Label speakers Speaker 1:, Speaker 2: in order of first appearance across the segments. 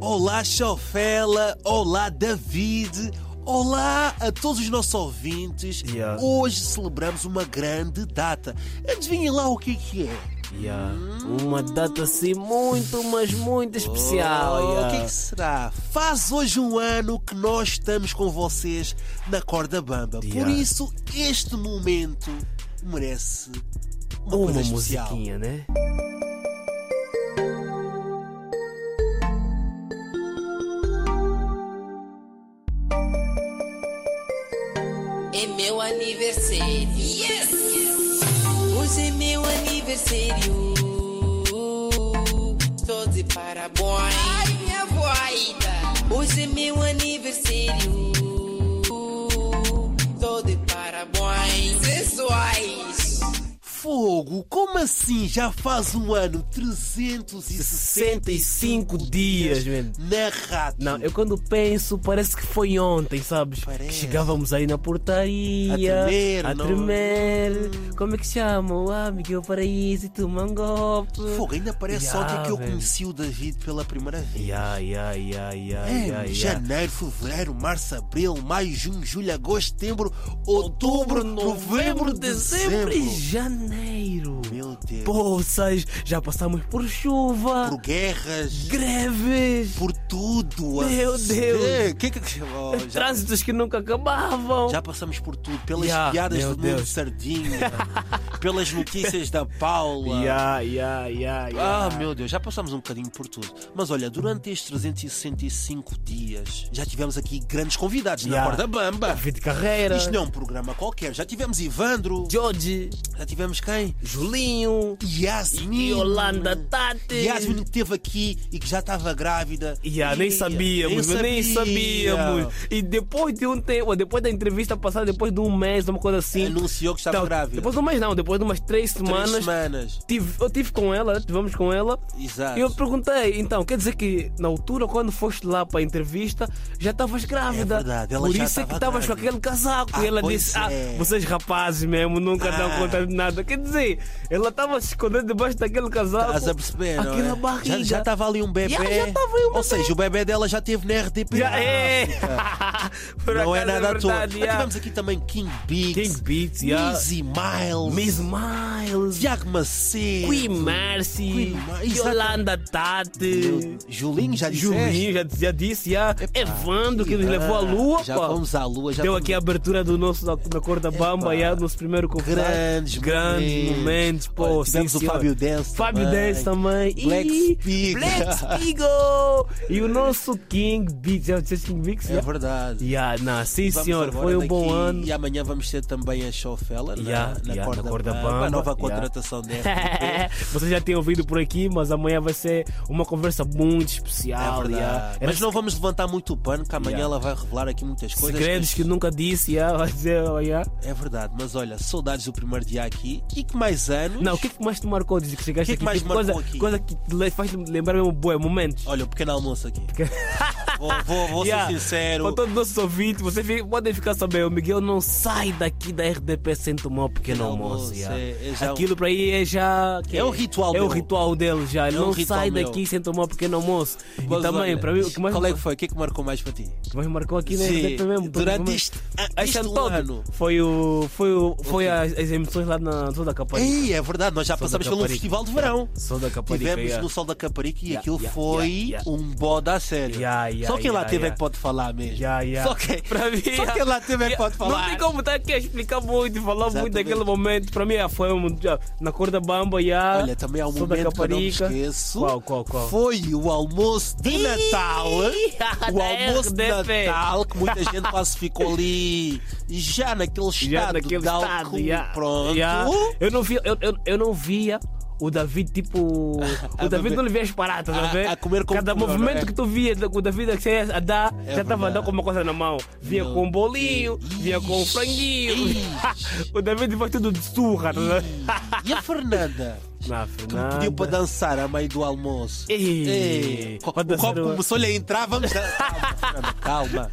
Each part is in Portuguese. Speaker 1: Olá, Chofela! Olá, David! Olá a todos os nossos ouvintes!
Speaker 2: Yeah.
Speaker 1: Hoje celebramos uma grande data. Adivinhem lá o que, que é?
Speaker 2: Yeah. Uma data assim muito, mas muito especial.
Speaker 1: Oh,
Speaker 2: Ah, yeah.
Speaker 1: O que, que será? Faz hoje um ano que nós estamos com vocês na corda bamba. Por
Speaker 2: Yeah.
Speaker 1: isso, este momento merece é uma,
Speaker 2: Uma
Speaker 1: coisa especial.
Speaker 2: musiquinha, né?
Speaker 3: É meu aniversário. Yes! Hoje é meu aniversário. Estou de parabéns. Ai, minha vida! Hoje é meu aniversário. Estou de parabéns. Pessoais!
Speaker 1: Fogo, como assim? Já faz um ano, 365
Speaker 2: 65 dias, man.
Speaker 1: na rato.
Speaker 2: Não, eu quando penso, parece que foi ontem, sabes?
Speaker 1: Parece.
Speaker 2: Que chegávamos aí na portaria.
Speaker 1: A tremer,
Speaker 2: a
Speaker 1: não? Hum.
Speaker 2: tremer. Como é que chamam? Ah, Miguel Paraíso e tu Mangope.
Speaker 1: Fogo, ainda parece
Speaker 2: Yeah,
Speaker 1: ontem que eu
Speaker 2: velho.
Speaker 1: conheci o David pela primeira vez.
Speaker 2: Yeah, yeah, yeah, yeah,
Speaker 1: É,
Speaker 2: yeah, yeah.
Speaker 1: janeiro, fevereiro, março, abril, maio, junho, julho, agosto, setembro, outubro, novembro, dezembro.
Speaker 2: e janeiro.
Speaker 1: Meu Deus.
Speaker 2: Poças, já passamos por chuva,
Speaker 1: Por guerras,
Speaker 2: greves,
Speaker 1: por tudo.
Speaker 2: Meu
Speaker 1: assim.
Speaker 2: Deus.
Speaker 1: É, que, que, que- oh, já,
Speaker 2: trânsitos que nunca acabavam.
Speaker 1: já passamos por tudo. Pelas
Speaker 2: Yeah,
Speaker 1: piadas
Speaker 2: meu
Speaker 1: do mundo
Speaker 2: Deus.
Speaker 1: sardinha, pelas notícias da Paula.
Speaker 2: Ya, ya, ya, ya.
Speaker 1: Ah, meu Deus, já passámos um bocadinho por tudo. Mas olha, durante estes 365 dias, já tivemos aqui grandes convidados na
Speaker 2: Yeah.
Speaker 1: Corda Bamba.
Speaker 2: David Carreira,
Speaker 1: Isto não é um programa qualquer. Já tivemos Ivandro,
Speaker 2: é Jorge,
Speaker 1: já tivemos quem?
Speaker 2: Julinho,
Speaker 1: Yasmin.
Speaker 2: e Yolanda Tati.
Speaker 1: Yasmin que esteve aqui e que já estava grávida.
Speaker 2: Ya, nem
Speaker 1: Ih,
Speaker 2: sabíamos, mas nem
Speaker 1: sabia.
Speaker 2: sabíamos. E depois de um tempo, depois da entrevista passada, depois de um mês, uma coisa assim.
Speaker 1: Anunciou que estava
Speaker 2: Então,
Speaker 1: grávida.
Speaker 2: Depois de um mês, não, depois de umas três
Speaker 1: Três
Speaker 2: semanas.
Speaker 1: semanas.
Speaker 2: tive- eu tive com ela, estivemos com ela.
Speaker 1: Exato.
Speaker 2: E eu perguntei, então, quer dizer que na altura, quando foste lá para a entrevista, já estavas grávida.
Speaker 1: É verdade, ela
Speaker 2: Por
Speaker 1: já
Speaker 2: isso é que
Speaker 1: estava
Speaker 2: estavas com
Speaker 1: grávida.
Speaker 2: aquele casaco.
Speaker 1: Ah,
Speaker 2: e ela
Speaker 1: pois
Speaker 2: disse,
Speaker 1: é.
Speaker 2: ah, vocês rapazes mesmo, nunca dão
Speaker 1: Ah.
Speaker 2: conta de nada. Quer dizer, ela estava se escondendo debaixo daquele casaco.
Speaker 1: Estás a perceber, não
Speaker 2: Aquela
Speaker 1: é?
Speaker 2: barriga.
Speaker 1: Já- Já estava ali um bebê.
Speaker 2: Já- já estava aí um
Speaker 1: Ou
Speaker 2: bebê.
Speaker 1: seja, o bebê dela já teve na RTP.
Speaker 2: Já é. Por
Speaker 1: Não é
Speaker 2: acaso
Speaker 1: nada à toa.
Speaker 2: verdade,
Speaker 1: Mas
Speaker 2: yeah.
Speaker 1: Tivemos aqui também King Beats,
Speaker 2: King Beats, yeah.
Speaker 1: Mizzy Miles,
Speaker 2: Miss Miles.
Speaker 1: Tiago Macedo,
Speaker 2: Queen
Speaker 1: Queen
Speaker 2: Mercy,
Speaker 1: Mar-
Speaker 2: Yolanda Tati,
Speaker 1: Meu- Julinho, já disseste?
Speaker 2: Julinho, já, já disse, já.
Speaker 1: Epá,
Speaker 2: é Evandro, que nos
Speaker 1: ah,
Speaker 2: levou à lua,
Speaker 1: Já
Speaker 2: pá.
Speaker 1: fomos à lua, já
Speaker 2: Deu
Speaker 1: fomos
Speaker 2: aqui a abertura do nosso, da, da cor da bamba, já, do nosso primeiro convidado.
Speaker 1: Grandes
Speaker 2: Grandes
Speaker 1: momentos.
Speaker 2: momentos, pô.
Speaker 1: Olha,
Speaker 2: sim,
Speaker 1: tivemos o
Speaker 2: senhor.
Speaker 1: Fábio Dance
Speaker 2: Fábio
Speaker 1: também.
Speaker 2: Dance também.
Speaker 1: Black
Speaker 2: Ih,
Speaker 1: Spiegel.
Speaker 2: Black Spiegel. E o nosso King Beats. Já disseste King Beats?
Speaker 1: É verdade.
Speaker 2: Yeah, não, sim,
Speaker 1: Vamos
Speaker 2: senhor.
Speaker 1: agora
Speaker 2: Foi um
Speaker 1: daqui-
Speaker 2: bom ano.
Speaker 1: E amanhã vamos ter também a Showfella na,
Speaker 2: Yeah,
Speaker 1: na,
Speaker 2: yeah,
Speaker 1: corda
Speaker 2: na Corda
Speaker 1: Bamba, A
Speaker 2: Bamba,
Speaker 1: nova
Speaker 2: yeah.
Speaker 1: contratação dela.
Speaker 2: Vocês É. já têm ouvido por aqui, mas amanhã vai ser uma conversa muito especial. né?
Speaker 1: É verdade.
Speaker 2: yeah. Era
Speaker 1: Mas não vamos levantar muito o pano, que amanhã
Speaker 2: Yeah.
Speaker 1: ela vai revelar aqui muitas coisas.
Speaker 2: segredos que nunca disse. Yeah, vai dizer, oh, yeah.
Speaker 1: É verdade, mas olha, saudades do primeiro dia aqui e que mais anos.
Speaker 2: Não, o que, é que mais te marcou desde que chegaste
Speaker 1: O que é que
Speaker 2: aqui?
Speaker 1: mais
Speaker 2: Tipo,
Speaker 1: marcou
Speaker 2: coisa,
Speaker 1: aqui?
Speaker 2: coisa que te le- faz lembrar mesmo boa momentos.
Speaker 1: Olha, o pequeno almoço aqui. vou vou, vou
Speaker 2: Yeah.
Speaker 1: ser sincero.
Speaker 2: Para todos os nossos ouvintes, vocês fi- podem ficar sabendo, o Miguel não sai daqui da RDP sem tomar um pequeno
Speaker 1: Não,
Speaker 2: almoço.
Speaker 1: moço,
Speaker 2: yeah.
Speaker 1: é- é já um-
Speaker 2: Aquilo para aí é já. que
Speaker 1: É o ritual
Speaker 2: é
Speaker 1: meu.
Speaker 2: o ritual dele já. Ele
Speaker 1: É um
Speaker 2: não
Speaker 1: ritual
Speaker 2: sai
Speaker 1: meu.
Speaker 2: daqui sem tomar um pequeno almoço.
Speaker 1: Mas
Speaker 2: e também,
Speaker 1: olha,
Speaker 2: para mim, o que mais,
Speaker 1: Qual é que foi? O que é que marcou mais para ti?
Speaker 2: o que mais marcou aqui né, na
Speaker 1: Sim,
Speaker 2: RDP é mesmo. todos os
Speaker 1: durante
Speaker 2: momentos.
Speaker 1: este, a-
Speaker 2: Este
Speaker 1: este
Speaker 2: ano
Speaker 1: um
Speaker 2: todo
Speaker 1: ano.
Speaker 2: foi o foi o foi
Speaker 1: quê?
Speaker 2: as, as emissões lá na toda a Caparica.
Speaker 1: Ei, é verdade, nós já
Speaker 2: Sol da
Speaker 1: passamos pelo
Speaker 2: Caparica.
Speaker 1: festival de verão.
Speaker 2: Só da Caparica.
Speaker 1: Tivemos
Speaker 2: yeah.
Speaker 1: no Sol da Caparica e
Speaker 2: Yeah,
Speaker 1: aquilo
Speaker 2: yeah,
Speaker 1: foi
Speaker 2: yeah, yeah.
Speaker 1: um bode a sério.
Speaker 2: Yeah, yeah,
Speaker 1: Só quem lá
Speaker 2: yeah,
Speaker 1: teve é
Speaker 2: yeah.
Speaker 1: que pode falar mesmo.
Speaker 2: Já, já.
Speaker 1: Só, quem,
Speaker 2: Pra mim,
Speaker 1: só quem lá teve é que
Speaker 2: já,
Speaker 1: pode falar.
Speaker 2: Não tem como estar aqui a explicar muito, falar muito
Speaker 1: Exatamente.
Speaker 2: daquele momento. Para mim, ah, foi um, já, na cor da bamba, já.
Speaker 1: Olha, também há um
Speaker 2: sou da
Speaker 1: momento que eu não me
Speaker 2: Caparica.
Speaker 1: esqueço.
Speaker 2: Qual, qual, qual?
Speaker 1: Foi o almoço de
Speaker 2: Ih,
Speaker 1: Natal. O
Speaker 2: da
Speaker 1: almoço de
Speaker 2: RDP.
Speaker 1: Natal, que muita gente quase ficou ali já naquele estado
Speaker 2: já é naquele
Speaker 1: de álcool.
Speaker 2: estado, já.
Speaker 1: Pronto.
Speaker 2: já. Eu, não vi, eu, eu, eu não via o David, tipo.
Speaker 1: A
Speaker 2: O David
Speaker 1: beber.
Speaker 2: não lhe via as paradas, tá
Speaker 1: A-
Speaker 2: vendo?
Speaker 1: a comer como
Speaker 2: Cada
Speaker 1: comeu,
Speaker 2: movimento
Speaker 1: não é?
Speaker 2: que tu via, o David é que você ia a dar, já estava a dar
Speaker 1: verdade.
Speaker 2: com uma coisa na mão. Vinha
Speaker 1: Meu
Speaker 2: com um bolinho,
Speaker 1: Deus.
Speaker 2: vinha com um franguinho.
Speaker 1: Ixi.
Speaker 2: o David foi tudo de surra, tá vendo?
Speaker 1: E a Fernanda?
Speaker 2: Na
Speaker 1: que me pediu para
Speaker 2: Fernanda.
Speaker 1: dançar a meio do almoço.
Speaker 2: Ei,
Speaker 1: Ei, co-
Speaker 2: para
Speaker 1: o
Speaker 2: dançar
Speaker 1: copo
Speaker 2: o-
Speaker 1: começou-lhe a entrar, vamos dar. Calma, Fernanda, calma,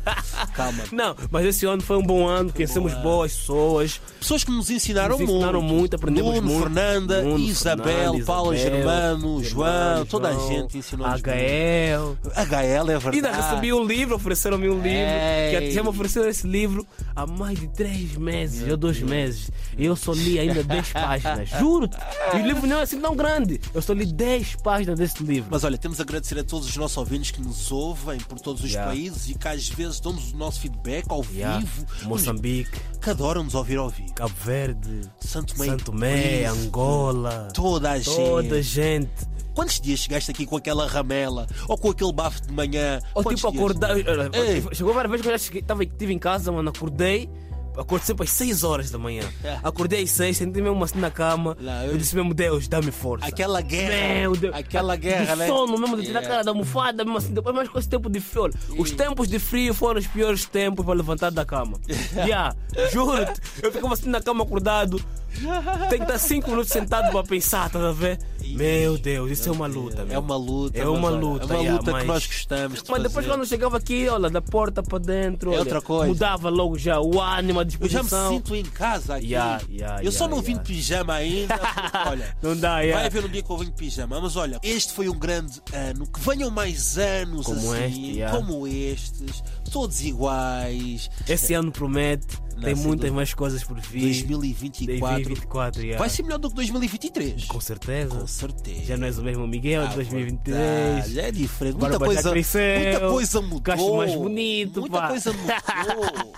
Speaker 1: calma.
Speaker 2: Não, mas esse ano foi um bom ano, conhecemos boas pessoas.
Speaker 1: Pessoas que nos ensinaram,
Speaker 2: Nos ensinaram muito, aprendemos
Speaker 1: Nuno,
Speaker 2: muito.
Speaker 1: Fernanda,
Speaker 2: Nuno,
Speaker 1: Isabel,
Speaker 2: Fernanda,
Speaker 1: Paula,
Speaker 2: Isabel,
Speaker 1: Germano, João,
Speaker 2: Germano,
Speaker 1: toda a
Speaker 2: João,
Speaker 1: gente ensinou-nos. muito.
Speaker 2: HL.
Speaker 1: HL é verdade.
Speaker 2: Ainda recebi um livro, ofereceram-me um livro.
Speaker 1: Ei.
Speaker 2: Que já me ofereceram esse livro há mais de três meses ou dois meses. E eu só li ainda 10 páginas, juro. E o livro não é assim tão grande. Eu só li 10 páginas desse livro.
Speaker 1: Mas olha, temos a agradecer a todos os nossos ouvintes que nos ouvem por todos os
Speaker 2: Yeah.
Speaker 1: países e que às vezes dão-nos o nosso feedback ao
Speaker 2: Yeah.
Speaker 1: vivo.
Speaker 2: Moçambique,
Speaker 1: Que adoram-nos ouvir ao vivo.
Speaker 2: Cabo Verde,
Speaker 1: Santo Meio.
Speaker 2: Santo Tomé, Angola.
Speaker 1: Toda a gente.
Speaker 2: Toda gente.
Speaker 1: Quantos dias chegaste aqui com aquela ramela ou com aquele bafo de manhã?
Speaker 2: Ou
Speaker 1: Quantos
Speaker 2: tipo
Speaker 1: dias?
Speaker 2: acordar.
Speaker 1: Ei.
Speaker 2: Chegou várias vezes que eu já cheguei- tava, estive em casa, mano, acordei. Acordei sempre às 6 horas da manhã. Acordei às 6, senti mesmo assim na cama.
Speaker 1: Lá, eu-
Speaker 2: eu disse mesmo, Deus, dá-me força.
Speaker 1: Aquela guerra.
Speaker 2: Meu Deus.
Speaker 1: Aquela guerra,
Speaker 2: do
Speaker 1: né?
Speaker 2: sono mesmo, de tirar a
Speaker 1: Yeah.
Speaker 2: cara da almofada, mesmo assim, depois mais com esse tempo de frio. Olha, Os tempos de frio foram os piores tempos para levantar da cama. yeah, juro-te, eu ficava assim na cama acordado. Tem que estar 5 minutos sentado para pensar, estás a ver? Meu Deus, isso é uma luta,
Speaker 1: É
Speaker 2: meu.
Speaker 1: uma luta.
Speaker 2: É uma
Speaker 1: mas olha,
Speaker 2: luta,
Speaker 1: É uma
Speaker 2: yeah,
Speaker 1: luta que
Speaker 2: mas-
Speaker 1: nós gostamos. De
Speaker 2: Mas depois
Speaker 1: fazer.
Speaker 2: quando eu chegava aqui, olha, da porta para dentro,
Speaker 1: É
Speaker 2: olha,
Speaker 1: outra coisa.
Speaker 2: mudava logo já o ânimo, a
Speaker 1: Eu já me
Speaker 2: disposição.
Speaker 1: sinto em casa aqui.
Speaker 2: Yeah, yeah,
Speaker 1: eu só
Speaker 2: yeah,
Speaker 1: não vim
Speaker 2: yeah.
Speaker 1: de pijama ainda. porque, Olha,
Speaker 2: Não dá,
Speaker 1: Vai
Speaker 2: é. yeah.
Speaker 1: haver um dia que eu venho de pijama, mas olha, este foi um grande ano. Que venham mais anos
Speaker 2: Como
Speaker 1: assim,
Speaker 2: este, yeah.
Speaker 1: como estes, todos iguais.
Speaker 2: Esse ano promete, tem
Speaker 1: sem
Speaker 2: muitas
Speaker 1: dúvida.
Speaker 2: mais coisas por vir.
Speaker 1: 2024
Speaker 2: 2024, yeah.
Speaker 1: vai ser melhor do que 2023.
Speaker 2: Com certeza.
Speaker 1: Com certeza.
Speaker 2: Já não é és o mesmo
Speaker 1: Ah,
Speaker 2: Miguel de 2023.
Speaker 1: Verdade, é diferente. Muita
Speaker 2: Barba já
Speaker 1: coisa,
Speaker 2: cresceu,
Speaker 1: muita coisa mudou.
Speaker 2: gasto mais bonito,
Speaker 1: Muita
Speaker 2: pá.
Speaker 1: coisa mudou.